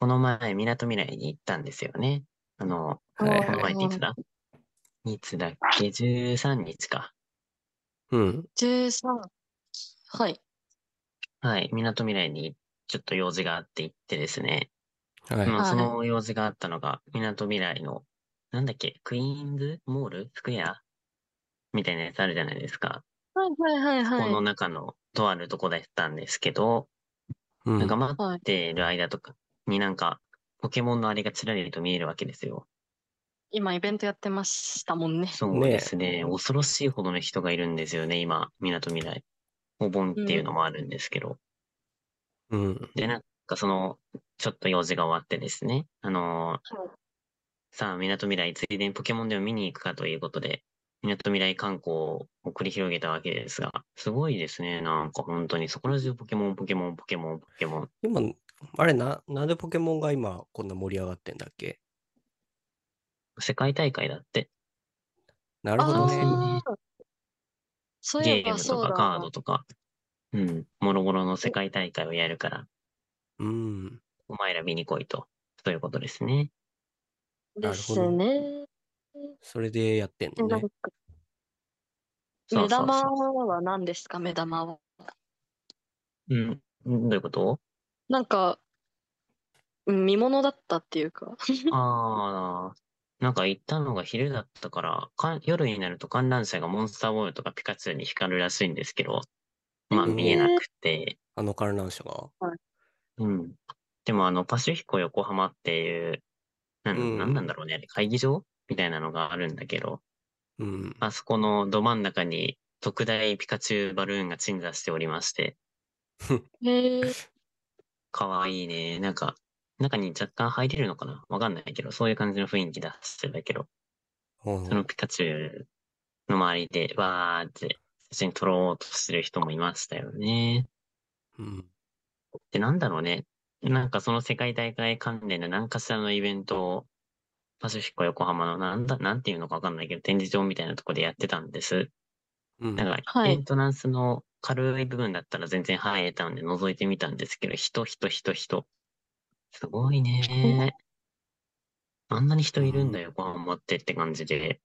この前、みなとみらいに行ったんですよね。あの、はいこのは前い。っていつだいつだっけ ?13 日か。うん。 13。はい。はい。みなとみらいにちょっと用事があって行ってですね。はい。まあ、はいその用事があったのが、みなとみらいの、なんだっけ、クイーンズモールスクエアみたいなやつあるじゃないですか。はいはいはいこのはい。中のとあるとこだったんですけど、うん。なはんかい待ってる間とかになんか、ポケモンのあれがちらりと見えるわけですよ。今イベントやってましたもんね。そうですね。恐ろしいほどの人がいるんですよね、今、みなとみらい。お盆っていうのもあるんですけど。うん。で、なんかその、ちょっと用事が終わってですね。あのーはいさあ、みなとみらい、ついでにポケモンでも見に行くかということで、みなとみらい観光を繰り広げたわけですが、すごいですね。なんか本当に、そこら中ポケモン、ポケモン、ポケモン、ポケモン。今、あれな、なんでポケモンが今こんな盛り上がってんだっけ世界大会だって。なるほどね。ああ。そういゲえーばムそとうかだ。カードとか、うん、もろもろの世界大会をやるから、うん。お前ら見に来いと。そういうことですね。ですね。それでやってんのなんねか。そう目そう玉そうは何ですか目玉は。うん。どういうことなんか、うん見物だったっていうか。ああ、なんか行ったのが昼だったから、か夜になると観覧車がモンスターボールとかピカチュウに光るらしいんですけど、まあえー見えなくて、あの観覧車が。うん。でもあの、パシフィコ横浜っていう、なうんんなんなんだろうね、あれ会議場みたいなのがあるんだけど、うん。あそこのど真ん中に特大ピカチュウバルーンが鎮座しておりまして、へえ。かわいいね。なんか、中に若干入れるのかなわかんないけど、そういう感じの雰囲気出してたけど、うんそのピカチュウの周りで、わーって、写真撮ろうとしてる人もいましたよね。うん。で、なんだろうね。なんかその世界大会関連の何かしらのイベントを、パシフィコ横浜のなんだ、なんていうのかわかんないけど、展示場みたいなとこでやってたんです。うんだから、はいエントランスの軽い部分だったら全然入れたんで覗いてみたんですけど、人、人、人、人。すごいね。あんなに人いるんだよ、横浜ってって感じで。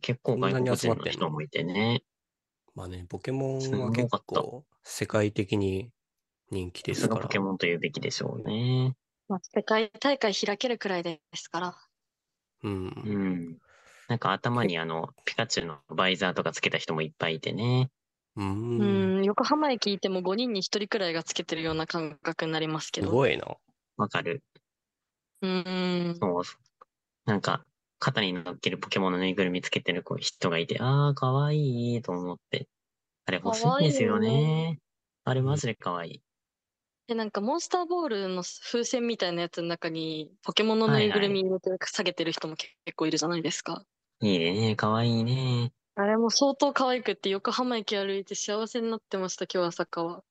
結構外国人の人もいてね。まあね、ポケモンすはご結かった構世界的に人気でですすかがらポケ。モンと言うべきでしょうね。まあ世界大会開けるくらいですから。う。うんん。なんか頭にあの、ピカチュウのバイザーとかつけた人もいっぱいいてね。う。うんん、横浜駅いても5人に1人くらいがつけてるような感覚になりますけすど。ごいな。わかる。うん。そう。なんか、肩に乗っけるポケモンのぬいぐるみつけてる子人がいて、あー、かわいいと思って。あれ欲しいんですよかわいいね。あれマジでかわいい。で、なんかモンスターボールの風船みたいなやつの中に、ポケモンのぬいぐるみ入れて下げてる人も結構いるじゃないですか。いいね、かわいいね。あれも相当可愛くって、横浜駅歩いて幸せになってました、今日朝川。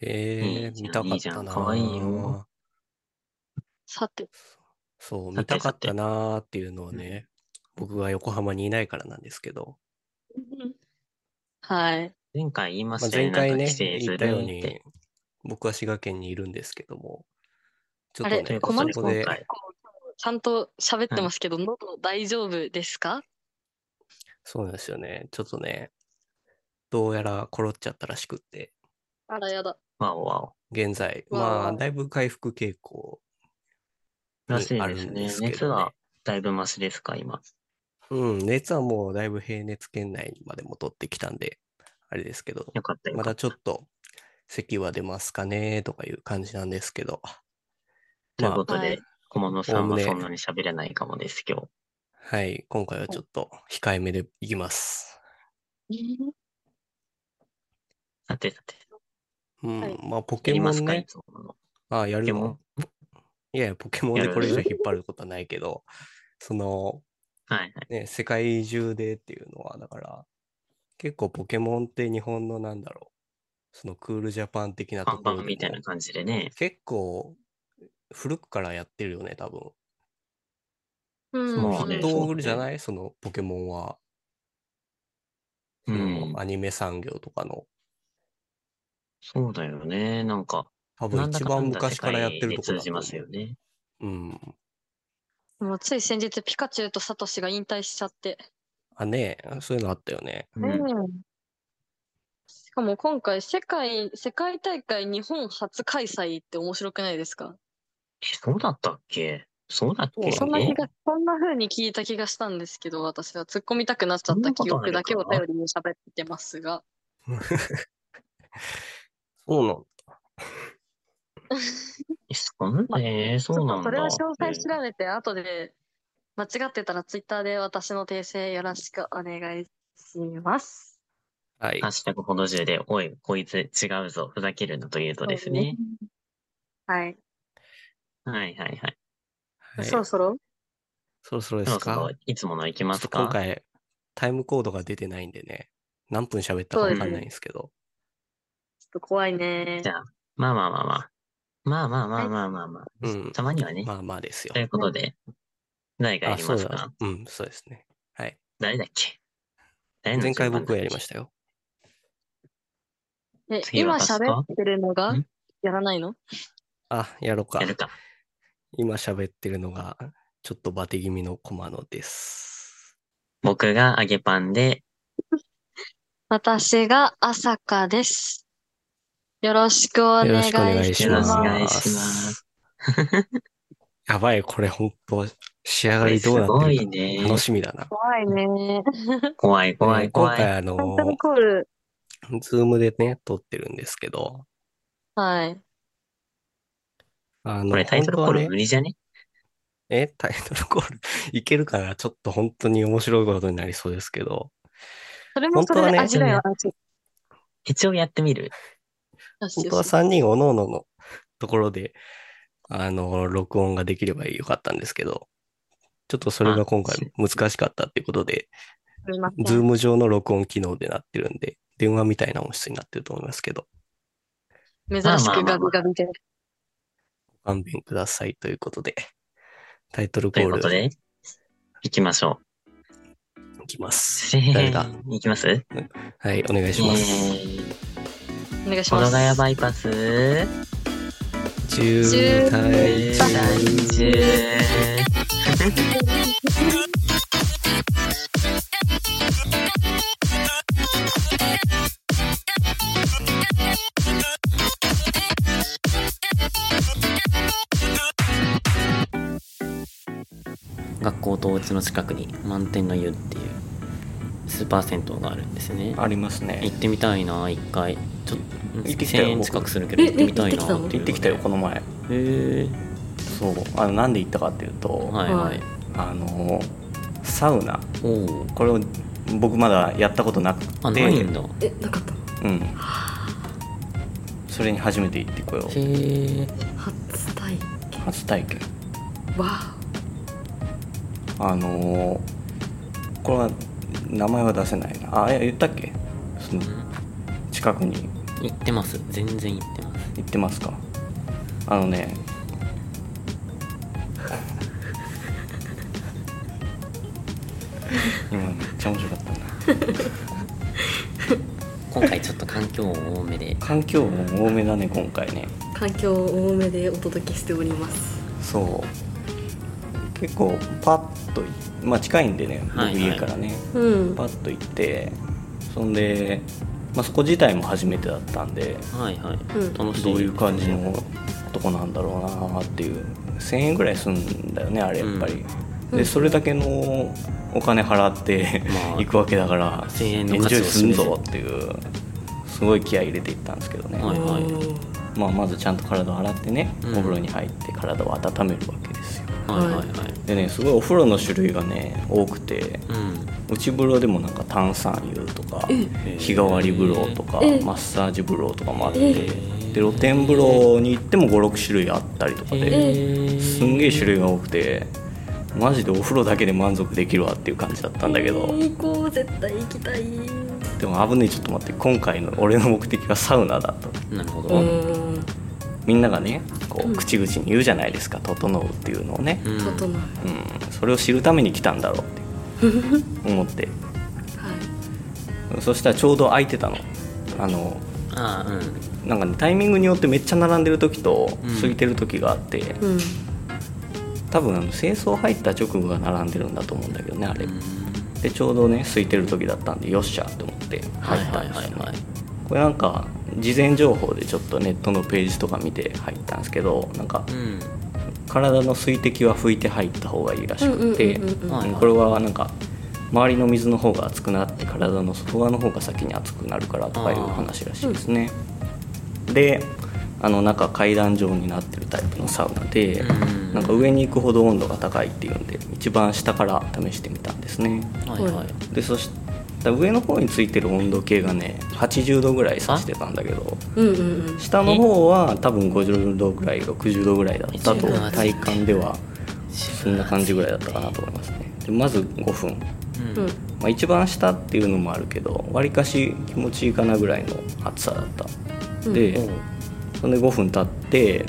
ええいいじゃん見たかいっいじたゃんな。可愛いよ。さて、そう、さ見てたかったなーっていうのはね、僕が横浜にいないからなんですけど、はい。前回言いままあ、したよね。なん前回かね、帰省す言るったようってに、僕は滋賀県にいるんですけども、ちょっあとれね、困そるこ今で、回ちゃんと喋ってますけど、喉大丈夫ですかそうなんですよね、ちょっとね、どうやらころっちゃったらしくって、あらやだ。わおわお。現在、わあまわあ、あだいぶ回復傾向らしいにあでるすんでね。すけ熱ど、ねは。だいぶマシですか、今。うん、熱はもうだいぶ平熱圏内まで戻ってきたんで、あれですけど、よかったよまかったちょっと、咳は出ますかねとかいう感じなんですけど、ということまあはでい、小物さんおおむはねそんなに喋れないかもです、今日。はい、今回はちょっと控えめでいきます。さてさて、うん、はいまあポやケりモますンか、いね。つもの。ああ、やポるケモのン いやいや、ポケモンでやるこれ以上引っ張ることはないけど、その、はいはい。ね、世界中でっていうのは、だから、結構ポケモンって日本のなんだろう、そのクールジャパン的なと看こ板ろでもみたいな感じでね。結構古くからやってるよね、多分。うんそまのあ筆ねうん頭じゃないそのポケモンは。うそんの。アニメ産業とかの。そうだよね。なんか、多分なんだ一かん番だ昔からやってるとこだ世界で通じと思ますよね。う。うん。もうつい先日、ピカチュウとサトシが引退しちゃって。あ、ねえそういうのあったよね。うんしかも今回、世界、世界大会日本初開催って面白くないですかえそうだったっけそうだっけそんなえ気が、そんな風に聞いた気がしたんですけど、私は突っ込みたくなっちそゃっんたなこと記憶だけをあるか頼りに喋ってま すが。そうなんそんな、えーちそうょっなとんそだ。れは詳細えー調べて、後で間違ってたらツイッターで私の訂正よろしくお願いします。はい。ハッシュタグほど中で、おい、こいつ違うぞ、ふざけるなというとですね。。はい。はいはいはい。はいそろそろそろそろでそすろそかろ、いつもの行きちょまっすとか今回、タイムコードが出てないんでね、何分喋ったかわかんないんですけど、ちょっと怖いねじ。ゃあ、まあまあまあまあ。まあまあまあまあまあまあ。うんたまにはね。まあまあですよと。いうことで、誰がやあ、りそまうすだか。うん、そうですね。はい。誰だっけ誰の前回順番僕がだっけやりましたよ。え次今私か喋ってるのがんやらないのあ、やろうかや。るか。今喋ってるのが、ちょっとバテ気味のコマノです。僕が揚げパンで、私が朝香です。よろしくおよろ願いししくお願まいす。しよろましくす。お願いします。やばい、これ本当仕上こがれりすどうなっごているねか。楽しみだな。怖いね。怖い怖ねい今怖回い。あのタイトルコール。ズームでね、撮ってるんですけど、はい。あこの、れタイトルコー本当ルは無ね、理じゃねえ、 タイトルコールいけるかなちょっと本当に面白いことになりそうですけど、それもそれで味だよ、味。よ一応やってみる。し本よ当はし3人おのののところで、あの、録音ができればよかったんですけど、ちょっとそれが今回難しかったっていうことで、すみませんズーム上の録音機能でなってるんで、電話みたいな音質になってると思いますけど、珍しくガビガビで。ご勘弁くださいということで、タイトルとコーいうことルで、行きましょいきまう。す。せー誰だ 行きますおはい、お願いします。お願いし保土ヶます。谷バイパス、渋渋滞大中。学校とお家の近くに満天の湯っていうスーパー銭湯があるんですねありますね行。ってみたいな一回ちょっと行ってきたよ1000円僕近くするけどえ行ってみたいなってえい行うってきたよこの前へえそうあのなんで行ったかっていうと、はいはいあのサウナおおこれを僕まだやったことなくあてないんだへえなかったうんそれに初めて行ってこようえ初体験初体験わあのこれは名前は出せないなあいや言ったっけその近くに行ってます全然行ってます行ってますかあのね今めっちゃ面白かったな今回ちょっと環境音多めで環境も多めだね今回ねお環境多めでお届けしておりますそう結構パッといまあ近いんでね僕はいはい家からね、うんパッと行ってそんで、まあ、そこ自体も初めてだったんではいはいうん楽しいどういう感じのとこなんだろうなっていう1000円ぐらいすんだよねあれやっぱり、うんうでんそれだけのお金払って、まあ行くわけだから1000エ円ンのジ価値ョをイすん示すぞっていうすごい気合い入れていったんですけどね、はいはいまあ、まずちゃんと体を洗ってね、うんお風呂に入って体を温めるわけですよはいはいはいでねすごいお風呂の種類がね多くてうん内風呂でもなんか炭酸湯とか日替わり風呂とかえマッサージ風呂とかもあってえで露天風呂に行っても56種類あったりとかでえすんげえ種類が多くてマジでお風呂だけで満足できるわっていう感じだったんだけど行こう絶対行きたいでも危ねえちょっと待って今回の俺の目的はサウナだとなるほうどんみんながねこううん口々に言うじゃないですか「整う」っていうのをねうん整 ううん、それを知るために来たんだろうって思ってはいそしたらちょうど空いてたのあのああうんなんかねタイミングによってめっちゃ並んでる時とうん過ぎてる時があって、うん多分あの清掃入った直後が並んでるんだと思うんだけどねあれ、でちょうどね空いてる時だったんでよっしゃと思って入ったんですよね、はいはいはいはいこれなんか事前情報でちょっとネットのページとか見て入ったんですけどなんかうん体の水滴は拭いて入った方がいいらしくてうんうんうんううんんはいはいこれはなんか周りの水の方が熱くなって体の外側の方が先に熱くなるからとかいう話らしいですねであの中階段状になってるタイプのサウナで、うんなんか上に行くほど温度が高いっていうんで一番下から試してみたんですねはいはいでそしたら上の方についてる温度計がね80度ぐらい指してたんだけどうんうんうん下の方は多分50度ぐらい60度ぐらいだったと一番暑い体感ではそんな感じぐらいだったかなと思いますねでまず5分、うんうんまあ、一番下っていうのもあるけどわりかし気持ちいいかなぐらいの暑さだったうんで、それで5分経って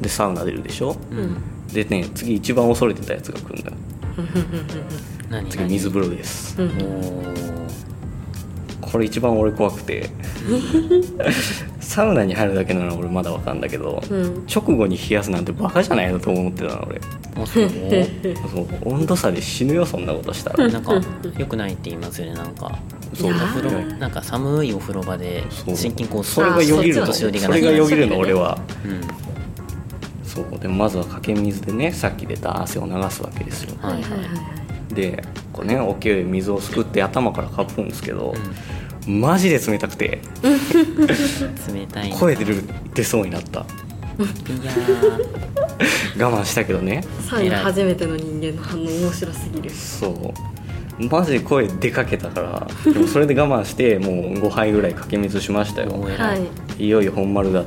でサウナ出るでしょうんうんでね次一番恐れてたやつが来るんだよ何次水風呂ですうんおーこれ一番俺怖く てサウナに入るだけなら俺まだわかんだけどうんうん直後に冷やすなんてバカじゃないのと思ってたの俺あそう そう温度差で死ぬよそんなことしたらなんか良くないって言いますよねなんかそういやお風呂なんか寒いお風呂場でそう心筋梗塞それがよぎるのあそそうですよれがよぎるのそれ俺はうんそうでまずはかけ水でねさっき出た汗を流すわけですよはいはいでこうねおけで水をすくって頭からかぶるんですけどうんマジで冷たくて冷たいな声出る出そうになったいやー我慢したけどねサウナ初めての人間の反応面白すぎるそうマジで声出かけたからでもそれで我慢してもう5杯ぐらいかけ水しましたよもう偉はいいいよいよ本丸だっ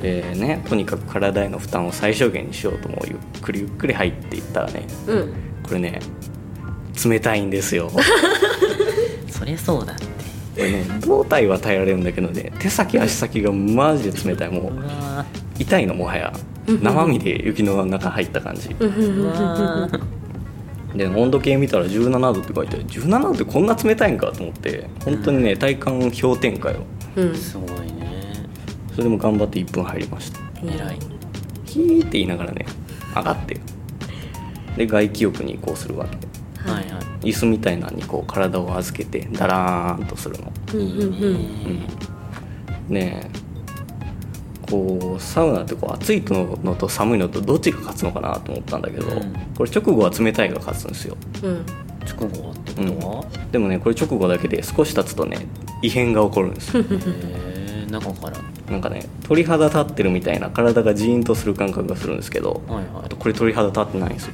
てでねとにかく体への負担を最小限にしようともうゆっくりゆっくり入っていったらねうんこれね冷たいんですよこそりゃそうだってれね胴体は耐えられるんだけどね手先足先がマジで冷たいうもうわ痛いのもはや生身で雪の中入った感じうんうんーううんわーで温度計見たら17度って書いてある17度ってこんな冷たいんかと思って本当にね体感氷点下ようんすごいねそれでも頑張って1分入りました偉いヒーって言いながらね上がってで外気浴に移行するわけはいはい椅子みたいなのにこう体を預けてダラーンとするのうんうんうんねねえこうサウナってこう暑いのと寒いのとどっちが勝つのかなと思ったんだけど、うんこれ直後は冷たいが勝つんですようん直後ってことは、でもねこれ直後だけで少し経つとね異変が起こるんですよえー、中からなんかね鳥肌立ってるみたいな体がジーンとする感覚がするんですけどはいはいこれ鳥肌立ってないんですよ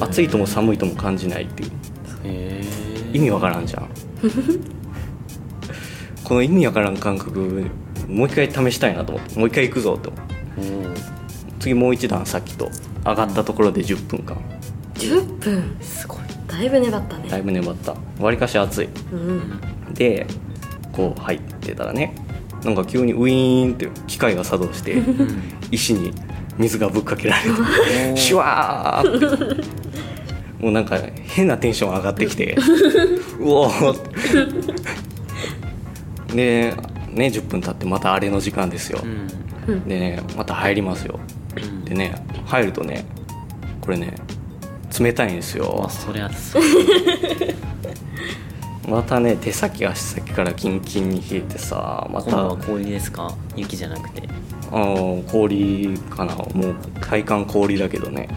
暑いとも寒いとも感じないっていうへー意味わからんじゃんこの意味わからん感覚もう一回試したいなと思ってもう一回行くぞとおー次もう一段さっきと上がったところで10分間10分すごいだいぶ粘っだたいねぶ粘ったわりかし暑いうんでこう入ってたらねなんか急にウィーンって機械が作動して石に水がぶっかけられてシュワーってもうなんか変なテンション上がって きてうおーでね10分経ってまたあれの時間ですようんでねまた入りますようんでね入るとねこれね冷たいんですよあそ りゃそうまたね手先足先からキンキンに冷えてさま今度たは氷ですか雪じゃなくてうん氷かなもう体感氷だけどね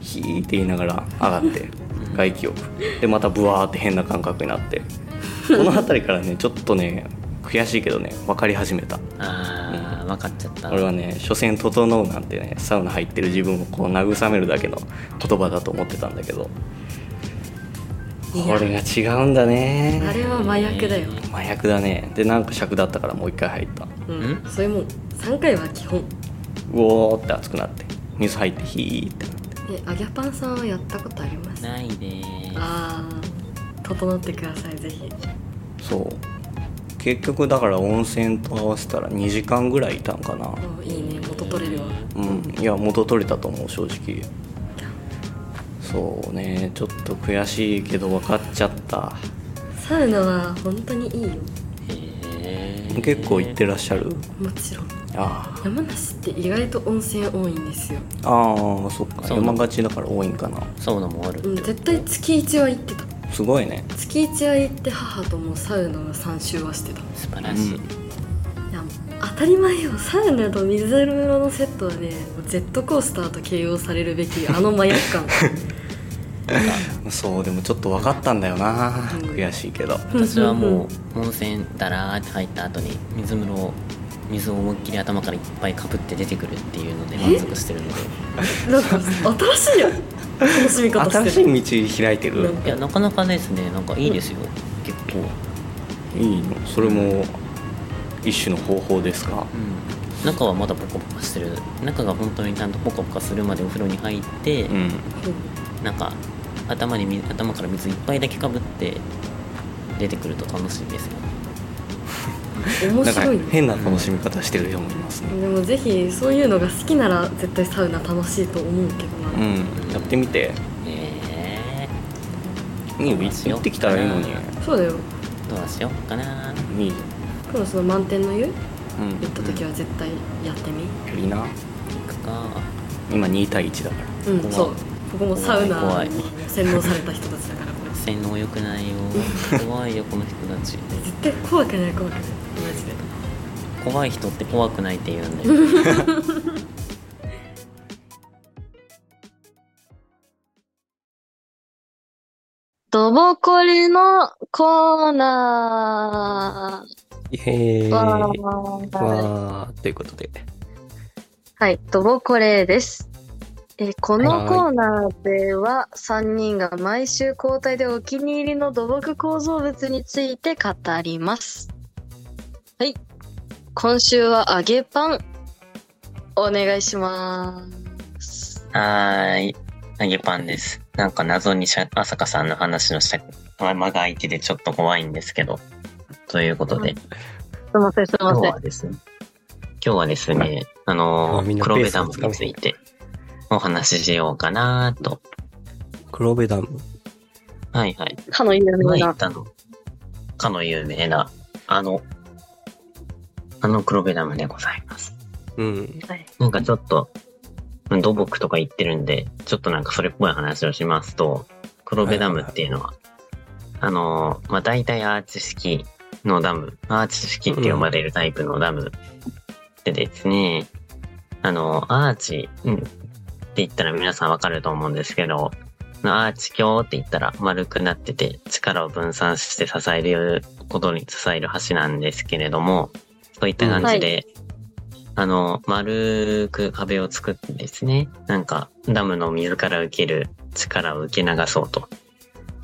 ひーって言いながら上がって外気浴でまたブワーって変な感覚になってこの辺りからねちょっとね悔しいけどね分かり始めたああ分かっちゃった俺はね所詮整うなんてねサウナ入ってる自分をこう慰めるだけの言葉だと思ってたんだけどいこやれが違うんだねあれは麻薬だよ麻薬だねでなんか尺だったからもう一回入ったうんそれも3回は基本うおーって熱くなって水入ってヒーってなってえアギャパンさんはやったことありますないでーああ整ってくださいぜひそう結局だから温泉と合わせたら2時間ぐらいいたんかなおいいね元取れるわうんいや元取れたと思う正直そうねちょっと悔しいけど分かっちゃったサウナは本当にいいよへえ結構行ってらっしゃるもちろんあ山梨って意外と温泉多いんですよ、あああそっかそうな山んがちだから多いんかなそういうのもあるってうん、こと絶対月1は行ってたすごいね月1は行って母ともうサウナの3周はしてたい素晴らしい、や当たり前よサウナと水風呂のセットはねもうジェットコースターと形容されるべきあの麻薬感そうでもちょっと分かったんだよな悔しいけど私はもう温泉だらーって入った後に水風呂を水を思いっきり頭からいっぱいかぶって出てくるっていうので満足してるのでなんか新しいよ楽しみ方して新るしい道開いてなるんかいやなかなかですねなんかいいですよ、結構、いいのそれも一種の方法ですかうん、中はまだポカポカしてる中が本当にちゃんとポカポカするまでお風呂に入って、うんなんか頭に水頭から水いっぱいだけかぶって出てくると楽しいですようん面なんか白いね変な楽しみ方してる人もいますねでもぜひそういうのが好きなら絶対サウナ楽しいと思うけどうな、んやってみてえいいよ行ってきたらいいのにそうだよー、どうしようかないいじ今度その満天の湯行ゃんった時は絶対やってみうんいいな行くか今2対1だからうん、怖いそうここもサウナ怖いに洗脳された人たちだからこれ洗脳良くない よ怖いよこの人たち絶対怖くない怖くないマジで怖い人って怖くないって言うんだよドボコリのコーナイエーイー。わはーということで。い、ドボコレです。えーこはのいコーナーでは3人が毎週交代でお気に入りの土木構造物について語ります。はい。今週は揚げパン。お願いします。はーい揚げパンですなんか謎にしゃ朝香さんの話のした間が空いててちょっと怖いんですけどということですいません、すいま今日せんは。ですね、今日はですね、あのあみんー、な黒ペー部スがダムについてお話ししようかなと。黒部ダム。はいはい。かの有今名言なっ。たの、かの有名な、あの、あの黒部ダムでございます。うん。なんかちょっと、土木とか言ってるんで、ちょっとなんかそれっぽい話をしますと、黒部ダムっていうのは、あのー、まあ、大体アーチ式のダム、アーチ式って呼ばれるタイプのダムでですね、あのー、アーチ、うん、って言ったら皆さんわかると思うんですけど、アーチ橋って言ったら丸くなってて、力を分散して支えることに支える橋なんですけれども、そういった感じで、あの、丸く壁を作ってですね、なんかダムの水から受ける力を受け流そうと。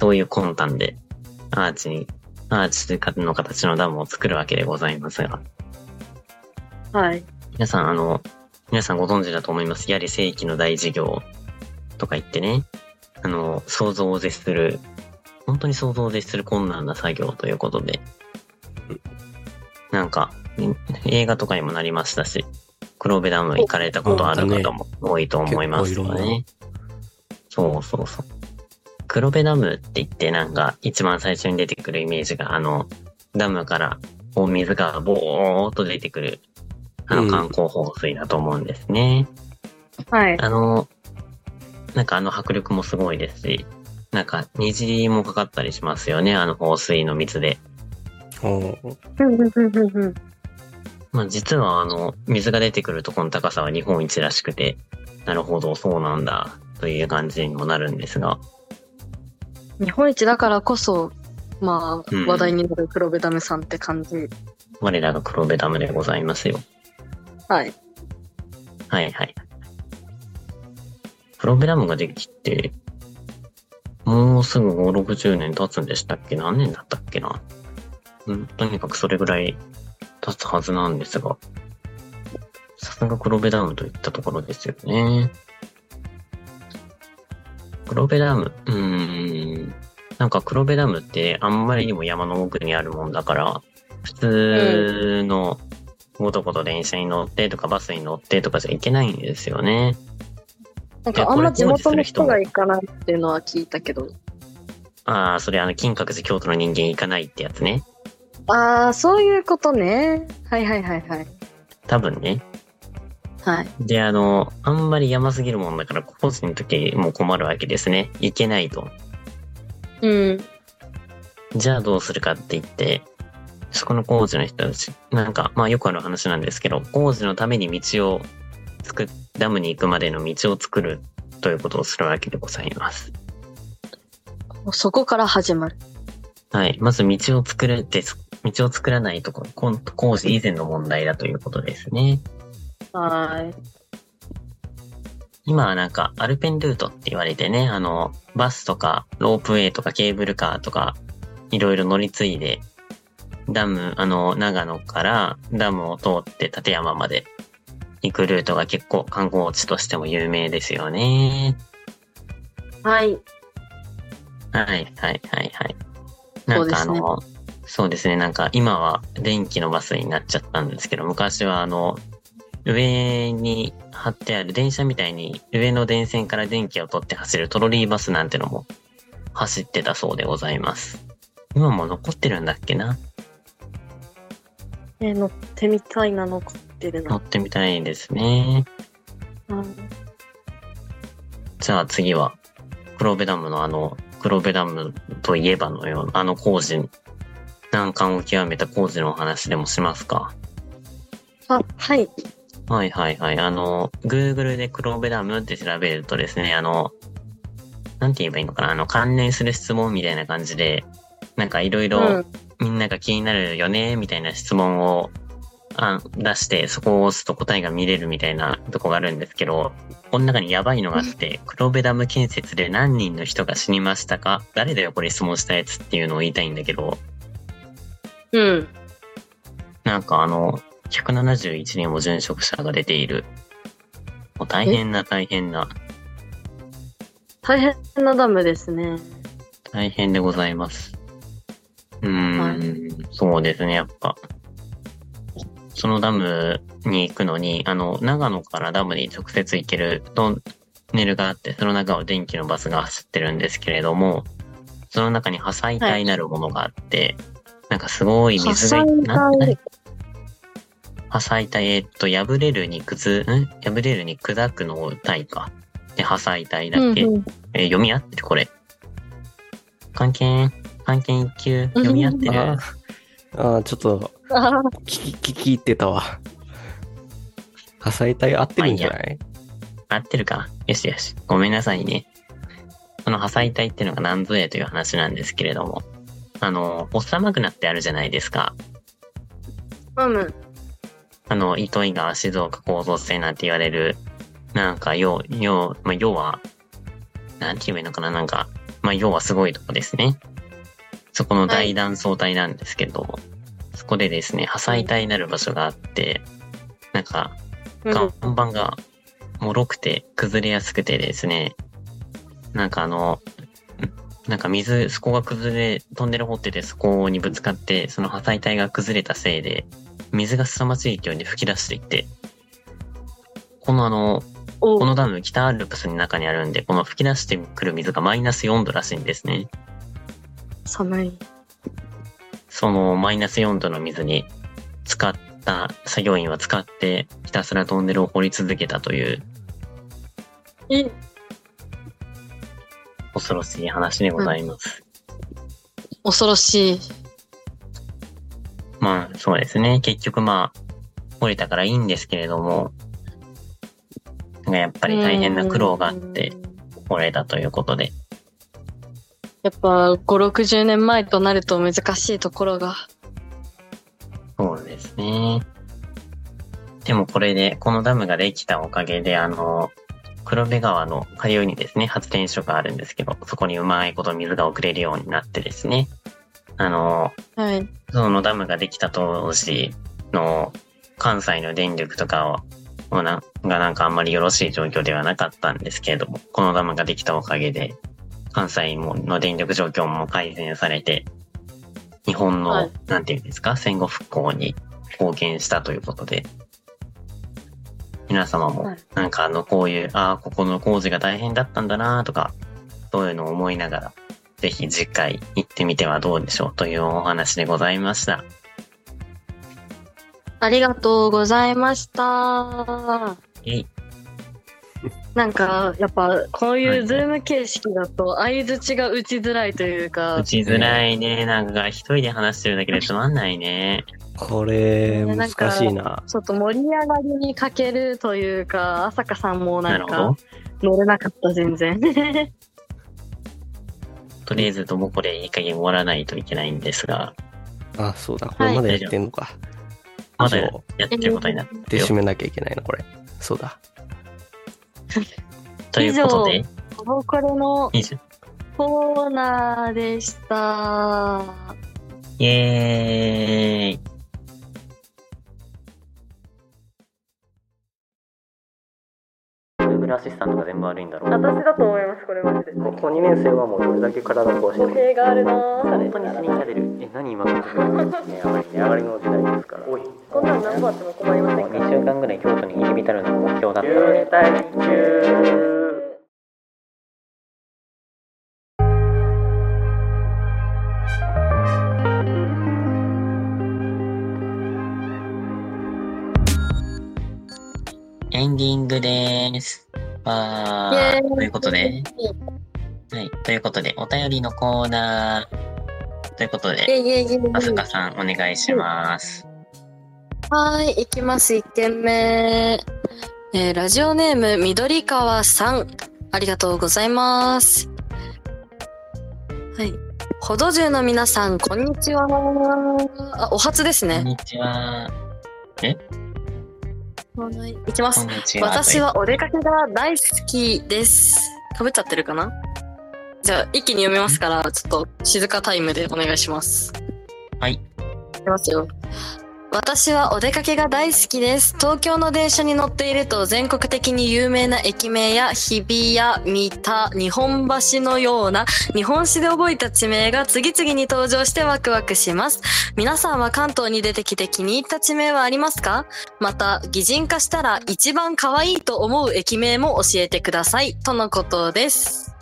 そういう魂胆で、アーチに、アーチの形のダムを作るわけでございますが、はい。皆さん、あの、皆さんご存知だと思います。やはり世紀の大事業とか言ってね、あの、想像を絶する、本当に想像を絶する困難な作業ということで、なんか、ん映画とかにもなりましたし、黒部ダム行かれたことある方も多いと思いますよ結構いろんなね。そうそうそう。黒部ダムって言ってなんか一番最初に出てくるイメージがあのダムからお水がボーっと出てくるあうのん観光放水だと思うんですね。はい。あの、なんかあの迫力もすごいですし、なんか虹もかかったりしますよね、あの放水の水で。おーまあ実はあの水が出てくるとこの高さは日本一らしくて、なるほど、そうなんだ、という感じにもなるんですが、日本一だからこそ、まうんあ、話題になる黒部ダムさんって感じ。我らが黒部ダムでございますよ。はい。はいはい。プログラムができて、もうすぐ5、60年経つんでしたっけ何年だったっけなうん、とにかくそれぐらい経つはずなんですが、さすが黒部ダムといったところですよね。黒部ダム、うーん。なんか黒部ダムってあんまりにも山の奥にあるもんだから、普通のごとごと電車に乗ってとかバスに乗ってとかじゃ行けないんですよね。なんいやか、あんま地元の人が行かないっていうのは聞いたけど。ああ、それあの、金閣寺京都の人間行かないってやつね。ああ、そういうことね。はいはいはいはい。多分ね。はい。で、あの、あんまり山すぎるもんだから、個人の時も困るわけですね。行けないと。うん。じゃあどうするかって言って、そこの工事の人たち、なんか、まあよくある話なんですけど、工事のために道を作っ、ダムに行くまでの道を作るということをするわけでございます。そこから始まる。はい。まず道を作るです。道を作らないとこ、こん工事以前の問題だということですね。は今はなんか、アルペンルートって言われてね、あの、バスとか、ロープウェイとか、ケーブルカーとか、いろいろ乗り継いで、ダム、あの、長野からダムを通って立山まで行くルートが結構観光地としても有名ですよね。い。はい。はい、はい、はい、はい。そなうんでかあすねの、そうですね、なんか今は電気のバスになっちゃったんですけど、昔はあの、上に貼ってある電車みたいに上の電線から電気を取って走るトロリーバスなんてのも走ってたそうでございます。今も残ってるんだっけなえー乗ってみたいな、残ってる乗な。ってみたいですね。うんじゃあ次は、黒部ダムのあの、黒部ダムといえばのような、あの工事、難関を極めた工事のお話でもしますかあ、はい。はいはいはい。あの、Google で黒部ダムって調べるとですね、あの、なんて言えばいいのかな、あの、関連する質問みたいな感じで、なんかいろいうろんみんなが気になるよね、みたいな質問をあ出して、そこを押すと答えが見れるみたいなとこがあるんですけど、この中にやばいのがあって、黒部ダム建設で何人の人が死にましたか誰だよ、これ質問したやつっていうのを言いたいんだけど、うん。なんかあの、171人も殉職者が出ている。もう大変な大変な、大変なダムですね。大変でございます。うーん、そうですね、やっぱ。そのダムに行くのに、あの、長野からダムに直接行けるトンネルがあって、その中を電気のバスが走ってるんですけれども、その中に破砕体なるものがあって、なんかすごい水が、破砕体なんなん破砕体、えっと、破れるに靴、ん破れるに砕くの体か。で、破砕体だっけ、うんうんえー読み合ってるこれ。関係、関係一級、読み合ってある。ーあー、ちょっと、あー聞き、聞き入ってたわ。火災体合ってるんじゃない合ってるかよしよし。ごめんなさいね。その破砕体っていうのが何ぞやという話なんですけれども。あの、おっさまくなってあるじゃないですか。ダム。あの、糸魚川静岡構造性なんて言われる、なんか、要、要、まあ、要は、なんて言えばいいのかな、なんか、まあ、要はすごいとこですね。そこの大断層帯なんですけど、そこでですね、破砕帯になる場所があって、なんか、うん看板が脆くて崩れやすくてですね、なんかあの、んなんか水、そこが崩れ、トンネル掘っててそこにぶつかって、その破砕体が崩れたせいで、水が凄まじい勢いで噴き出していって、このあの、おこのダム北アルプスの中にあるんで、この噴き出してくる水がマイナス4度らしいんですね。寒い。そのマイナス4度の水に使った、作業員は使って、ひたすらトンネルを掘り続けたという、い恐ろしい話でございます。恐ろしい。まあ、そうですね。結局まあ、掘れたからいいんですけれども、なんかやっぱり大変な苦労があってうん。掘れたということで、やっぱ、5、60年前となると難しいところが。そうですね。でもこれで、このダムができたおかげで、あの、黒部川の下流にですね、発電所があるんですけど、そこにうまいこと水が送れるようになってですね、あの、はい。そのダムができた当時の関西の電力とかを、もうながなんかあんまりよろしい状況ではなかったんですけれども、このダムができたおかげで、関西もの電力状況も改善されて、日本の、はいなんていうんですか、戦後復興に貢献したということで、皆様はもい、なんかあの、こういう、ああ、ここの工事が大変だったんだなとか、そういうのを思いながら、ぜひ次回行ってみてはどうでしょうというお話でございました。ありがとうございました。えい。 なんか、やっぱ、こういうズーム形式だと、相づちが打ちづらいという打か、ちづらいね。なんか、一人で話してるだけでつまんないね。これ、ねな難んかしいな。ちょっと盛り上がりに欠けるというか、朝香さんもななるんほどか、。乗れなかった、全 然。とりあえず、ともこでいい加減終わらないといけないんですが、あ、そうだ。これまだやってんのか。まそだうやってることにな ってで、る締よ。めなきゃいけないな、これ。そうだ。ということで、ボーカルの以上コーナーでした。イエーイ。Google アシスタントが全部悪いんだろう。私だと思いますこれマジで高校2年生はもうどれだけ体を壊語弊があるなぁ本当に死に至れる。え、何今の時代値上がり、値上がりの時代ですから。おい、こんなの何本あっても困りませんか2週間ぐらい京都に入り浸るのが目標だったの12で。対9エンディングです。わイエーーイということで、はい、ということで、お便りのコーナー。ということいえで、いえいえいえあすかさん、お願いします。はーい、いきます、1件目。えーラジオネーム、緑川さん。ありがとうございます。はい。ほどじゅうの皆さん、こんにちは。あ、お初ですこんね。にちは。はい。いきまこすん。にちは。私はお出かけが大好きです。かぶっちゃってるかなじゃあ、一気に読みますから、ちょっと静かタイムでお願いします。はい。いきますよ。私はお出かけが大好きです。東京の電車に乗っていると全国的に有名な駅名や日比谷、三田、日本橋のような日本史で覚えた地名が次々に登場してワクワクします。皆さんは関東に出てきて気に入った地名はありますかまた、擬人化したら一番可愛いと思う駅名も教えてください。とのことです。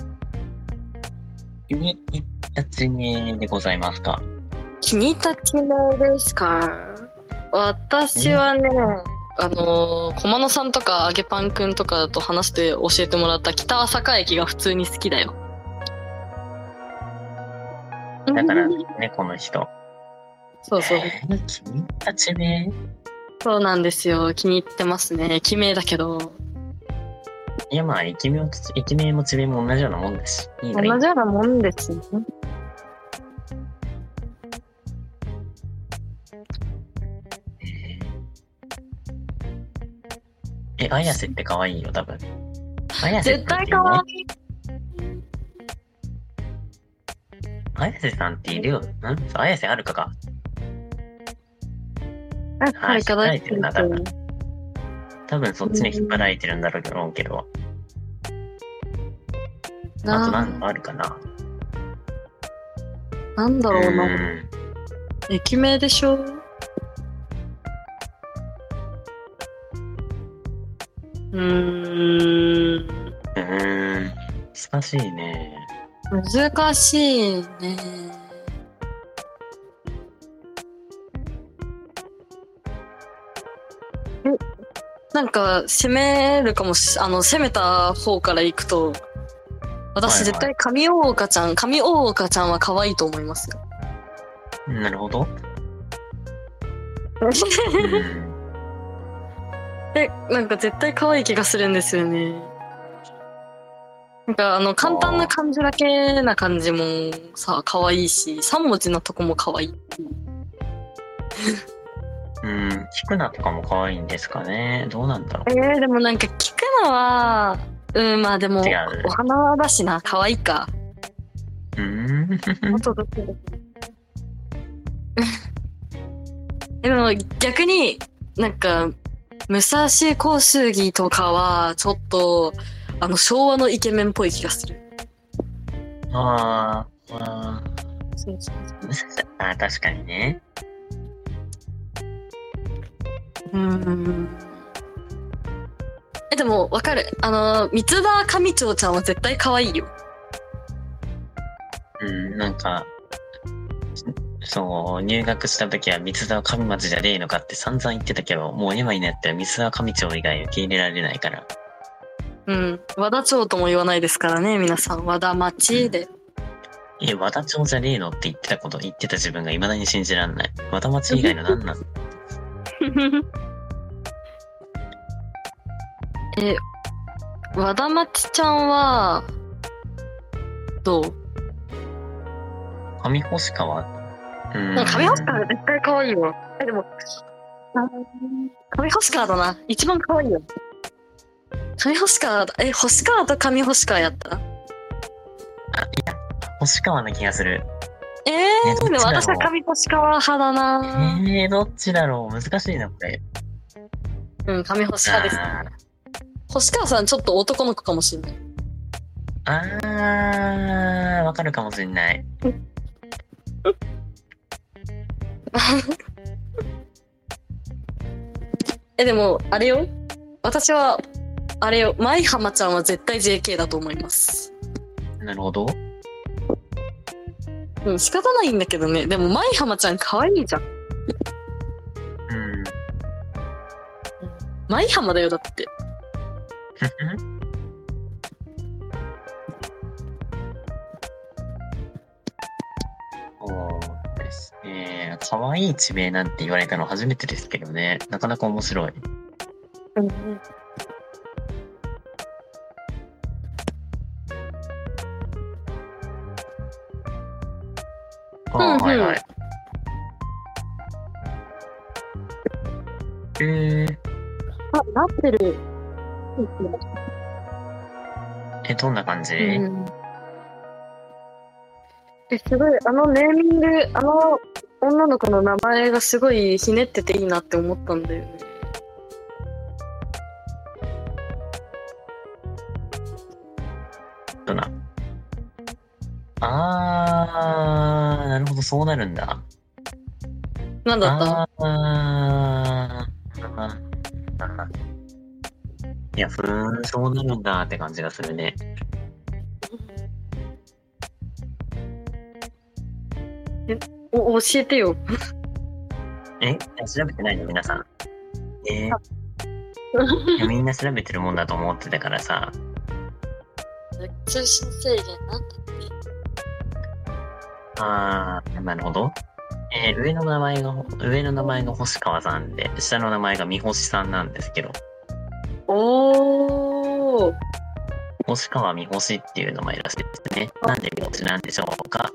気に入った地名でございますか。気に入った地名ですか私はね、あのー、駒野さんとか、あげパンくんとかと話して教えてもらった北朝霞駅が普通に好きだよ。だ からね、この人。そうそう。えー気に入った地名そうなんですよ。気に入ってますね。駅名だけど。いや、まあ、駅名もつ、駅名も地名も同じようなもんだし。いい同なじいいよなうなもんですね。え、綾瀬って可愛いよ、多分。綾瀬絶って対いる可愛い。綾瀬さんっているよ。なん綾瀬あるかか。はい、可愛いですよね。多分そっちに引っ張られてるんだろうけど。あとな何かあるかな。なんだうろうな。ーん。駅名でしょうーんうーん。難しいね。難しいねえなんか攻めるかもしあの攻めた方から行くはといは私い絶対上大岡ちゃん、上大岡ちゃんは可愛いと思います よなるほど。うん。え、なんか絶対可愛い気がするんですよね。なんかあの簡単な漢字だけな感じもさ、可愛いし、三文字のとこも可愛い。うん。聞くなとかも可愛いんですかね。どうなん だろえー、でもなんか聞くのは、うん、まあでも違う、お花だしな、可愛いか。う。うーん。あとどこ でも逆になんか、武蔵小杉とかは、ちょっと、あの、昭和のイケメンっぽい気がする。あー あそうそうー。あー、確かにね。うんえ、でも、わかる。あの、三つ葉上長ちゃんは絶対可愛いよ。うん、なんか、しそう、入学した時は三沢上町じゃねえのかって散々言ってたけど、もう今になったら三沢上町以外受け入れられないから。うん。和田町とも言わないですからね、皆さん。和田町 で。え、和田町じゃねえのって言ってたこと、言ってた自分が未だに信じらんない。和田町以外の何なのえ、和田町ちゃんは、どう上星川うーんなんか亀星川絶対可愛いよ。え、でも、あー亀星川だな。一番可愛いよ。亀星川だ。え、星川と亀星川やった星川な気がする。えねー、どっちだろうでも私は亀星川派だな。えー、どっちだろう難しいな、これ。うん、亀星川です。あー星川さんちょっと男の子かもしれない。あー、わかるかもしんない。え、でも、あれよ。私は、あれよ。舞浜ちゃんは絶対 JK だと思います。なるほど。うん、仕方ないんだけどね。でも、舞浜ちゃん可愛いじゃん。うん。舞浜だよ、だって。そうですね。可愛い地名なんて言われたの初めてですけどね。なかなか面白い。あうんうあ、んはいはい。えー、あ、なってる。え、どんな感じ、うんえすごいあのネーミングあの女の子の名前がすごいひねってていいなって思ったんだよねだな。あー、なるほど、そうなるんだ。なんだったあーあーあーいや、ふーん、そうなるんだって感じがするね。お教えてよえ調べてないの皆さん。えーいやみんな調べてるもんだと思ってたからさ。通信制限なんだあー、なるほど。えー上の名前が、上の名前が星川さんで、下の名前が三星さんなんですけど、おお星川三星っていう名前らしいですね。なんで三星なんでしょうか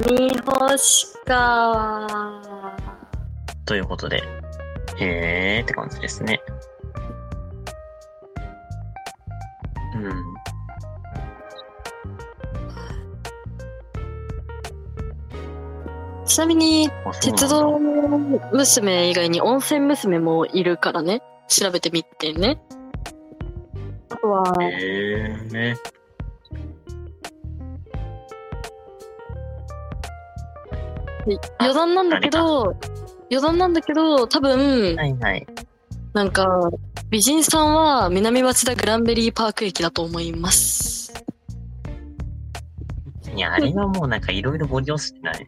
神星かということで、へーって感じですね。うん。ちなみにあそうなんだ鉄道娘以外に温泉娘もいるからね調べてみてねあとはへーね。で余談なんだけど余談なんだけど多分はいはい。なんか美人さんは南町田グランベリーパーク駅だと思いますいや、あれはもうなんかいろいろご利用してない。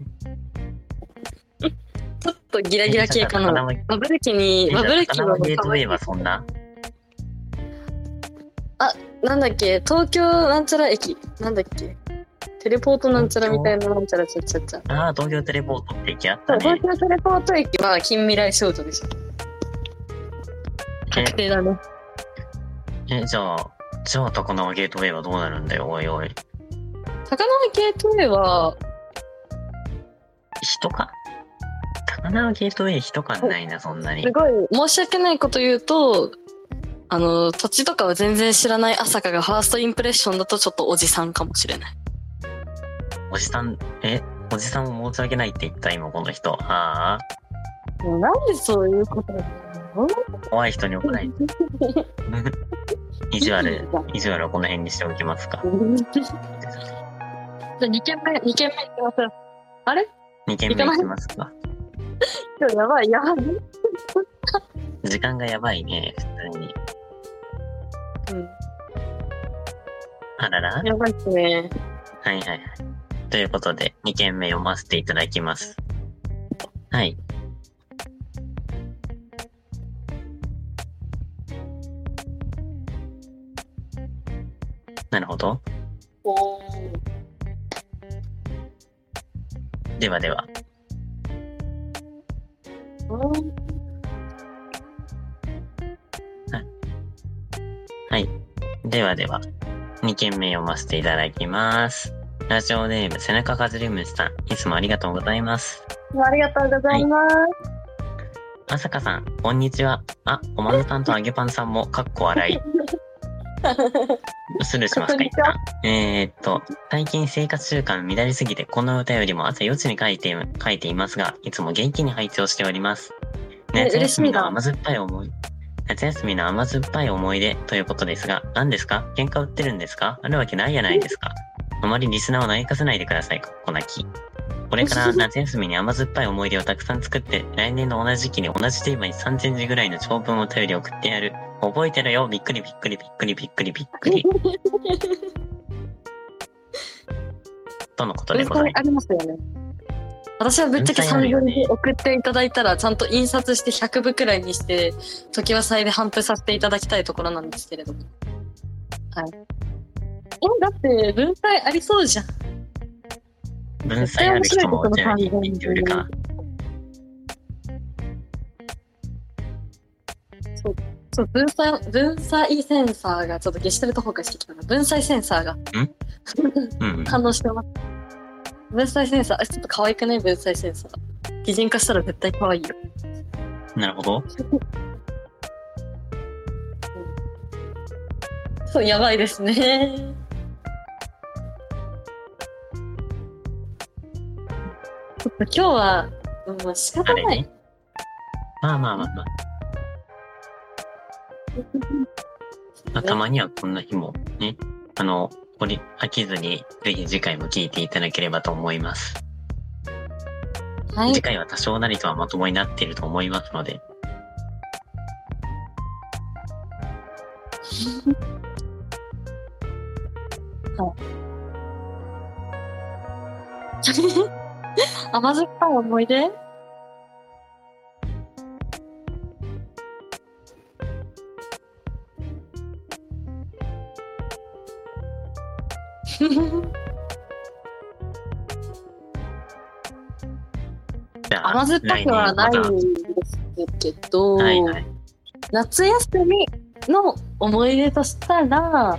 ちょっとギラギラ系かなえバブル期にじゃあバブル期高輪のゲートウェイはそんな。なんだっけ東京なんちゃら駅なんだっけテレポートなんちゃらみたいななんちゃらちゃちゃちゃああ、東京テレポートって駅あったそうね東。京テレポート駅は近未来少女でしょ確定だねえ、じゃあ、じゃあ高輪ゲートウェイはどうなるんだよ、おいおい。高輪ゲートウェイは人か高輪ゲートウェイ人感ないな、そんなにす。ごい申し訳ないこと言うとあの土地とかは全然知らない朝香がファーストインプレッションだとちょっとおじさんかもしれないおじさん、え、おじさんも申し訳ないって言った、今この人。ああ。もうなんでそういうことなの怖い人に怒られる。意地悪、意地悪はこの辺にしておきますか。 じゃあ2軒目2軒目行きましょうあれ2軒目行きますか。今日やばいやばい時間がやばいね、普通に。うんあらら。はいやばいっすねはいはい。ということで、2件目読ませていただきます。はい。なるほど。おではでは。はいはい。ではでは、2件目読ませていただきます。ラジオネーム、背中かずりむしさん、いつもありがとうございます。ーありがとうございます。まさかさん、こんにちは。あ、おまんさんと揚げパンさんも、かっこ笑い。スルーしますか、一旦。えー、っと、最近生活習慣乱れすぎて、この歌よりも朝4時に書いて、書いていますが、いつも元気に配置をしております。え夏休みの嬉甘酸っぱい思い、夏休みの甘酸っぱい思い出ということですが、何ですか喧嘩売ってるんですかあるわけないやないですか。あまりリスナーを泣かせないでください、かっこなき。これから夏休みに甘酸っぱい思い出をたくさん作って、来年の同じ時期に同じテーマに3000字ぐらいの長文を頼り送ってやる。覚えてるよ、びっくりびっくりびっくりびっくりびっくり。とのことでございまありますよね。私はぶっちゃけ3分で送っていただいたら、ちゃんと印刷して100部くらいにして、時は祭で頒布させていただきたいところなんですけれども。はい。え、だって文体ありそうじゃん。す。文才ある人もお手に言ってくるか。そう、分散、分散センサーが、ちょっとゲシュタルト崩壊してきたな。分散センサーがうん。反応してます。分散センサー、あちょっと可愛くない分散センサー。擬人化したら絶対可愛いよ。なるほど。そう、やばいですね。ちょっと今日は、もう仕方あなれいね。。まあまあまあ まあ。まあ、たまにはこんな日もね、あの、これ飽きずに、ぜひ次回も聞いていただければと思います。はい次。回は多少なりとはまともになっていると思いますので、甘酸っぱい思い出じゃあ、甘酸っぱくはない来年んまですけど、たはいはい。夏休みの思い出としたら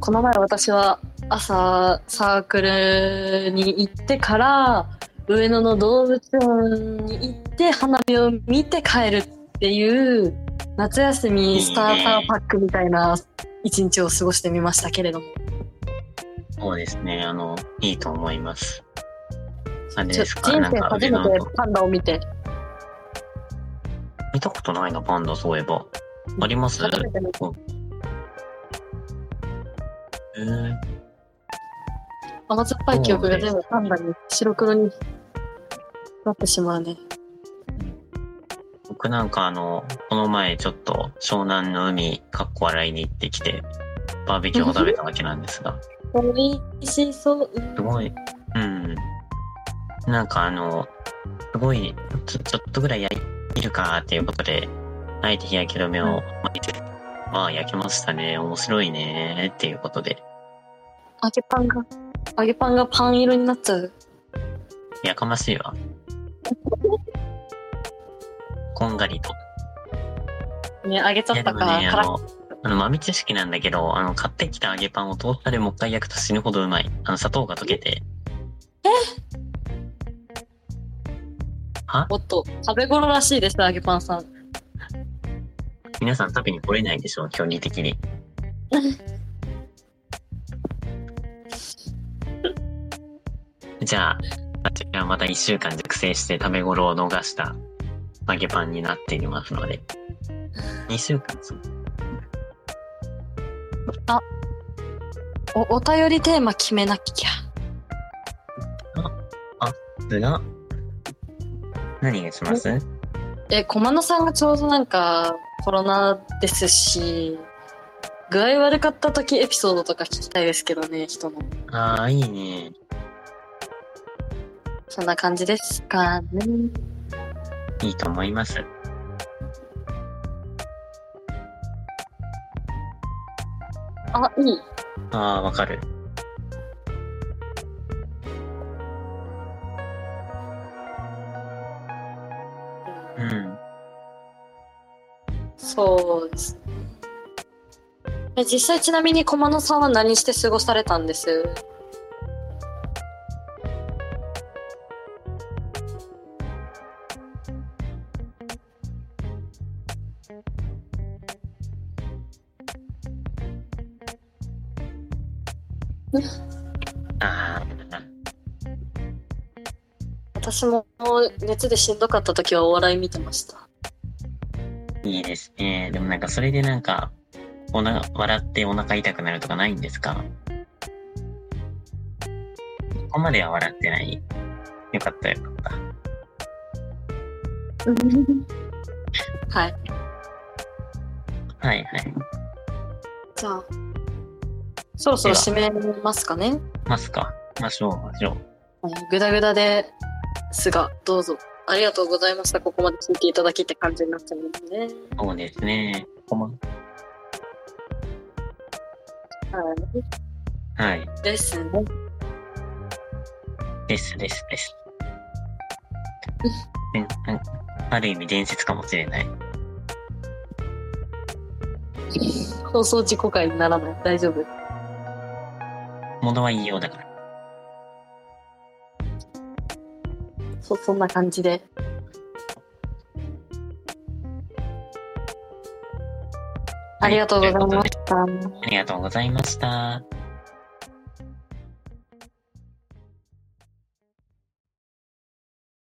この前私は朝サークルに行ってから上野の動物園に行って花火を見て帰るっていう夏休みスターターパックみたいな一日を過ごしてみましたけれどもそうですね、あの、いいと思います。あれちょです人か、なん生か、初上め野てのパンダを見て見たことないな、パンダ、そういえば。あります初めてのえー甘酸っぱい記憶が全部パンダに白黒になってしまうね。僕なんかあの、この前ちょっと湘南の海、かっこ笑いに行ってきて、バーベキューを食べたわけなんですが、美味しそう。すごい、うん。なんかあの、すごい、ちょちょっとぐらい焼いるかっていうことで、あえて日焼け止めを巻いて、まあ焼けましたね、面白いねっていうことで、揚げパンが、揚げパンがパン色になっちゃう。やかましいわ。こんがりと。ね、揚げちゃいやでったもから、ね、あ辛の、あの豆知識なんだけど、あの、買ってきた揚げパンをトースターでもう一回焼くと死ぬほどうまい。あの、砂糖が溶けて。おっと、食べ頃らしいです、揚げパンさん。皆さん食べに来れないでしょう、距離的 に。じゃあ、私はまた一週間熟成して食べ頃を逃した揚げパンになっていますので。二週間、お、お便りテーマ決めなきゃ。つが、何がしますえ、駒野さんがちょうどなんか、コロナですし、具合悪かった時エピソードとか聞きたいですけどね、人の。ああ、いいね。そんな感じですかね。いいと思います。あ、いい。ああ、わかる。うん。そうです。え実際ちなみに駒野さんは何して過ごされたんですあ私も熱でしんどかった時はお笑い見てました。あ、いいですね。でもなんかそれでなんか、おな、笑ってお腹痛くなるとかないんですかここまでは笑ってない。よかったよかった。はい。はいはい。じゃあ、そろそろ締めますかね。ますか。ましょう、ましょう。はいグダグダですが、どうぞ。ありがとうございました。ここまで聞いていただきって感じになっちゃいますね。そうですね。こまははい。い。ですね。ですですです。でなんかある意味伝説かもしれない。放送事故回にならない。大丈夫。ものは言いようだから。そ、そんな感じで。ありがとうございました。ありがとうございました。